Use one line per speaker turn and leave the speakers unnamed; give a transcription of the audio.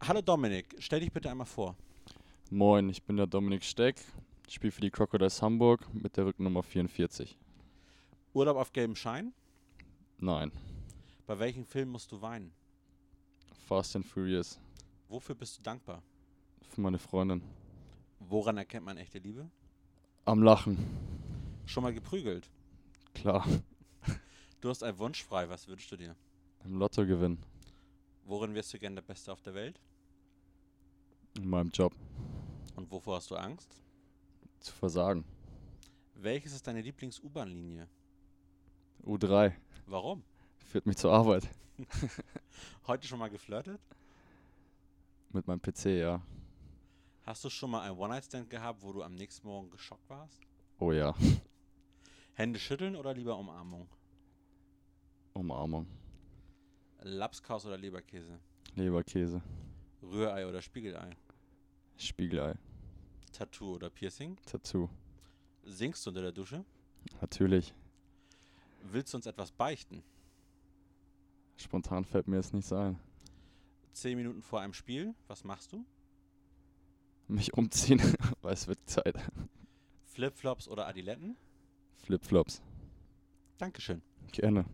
Hallo Dominik, stell dich bitte einmal vor.
Moin, ich bin der Dominik Steck, spiele für die Crocodiles Hamburg mit der Rücknummer 44.
Urlaub auf gelbem Schein?
Nein,
Bei welchem Film musst du weinen?
Fast and Furious
Wofür bist du dankbar?
für meine Freundin.
Woran erkennt man echte Liebe?
Am Lachen,
Schon mal geprügelt?
klar.
Du hast einen Wunsch frei, was wünschst du dir?
Im Lotto gewinnen,
Worin wärst du gern der Beste auf der Welt?
in meinem Job,
Und wovor hast du Angst?
zu versagen.
Welches ist deine Lieblings-U-Bahn-Linie?
U3
Warum?
führt mich zur Arbeit.
Heute schon mal geflirtet?
Mit meinem PC, ja.
Hast du schon mal einen One-Night-Stand gehabt, wo du am nächsten Morgen geschockt warst?
Oh ja,
Hände schütteln oder lieber Umarmung?
Umarmung.
Lapskaus oder Leberkäse?
Leberkäse,
Rührei oder Spiegelei?
Spiegelei,
Tattoo oder Piercing?
Tattoo.
Singst du unter der Dusche?
Natürlich.
Willst du uns etwas beichten?
Spontan fällt mir jetzt nichts ein.
Zehn Minuten vor einem Spiel, was machst du?
Mich umziehen, weil es wird Zeit.
Flipflops oder Adiletten?
Flipflops.
Dankeschön.
Gerne.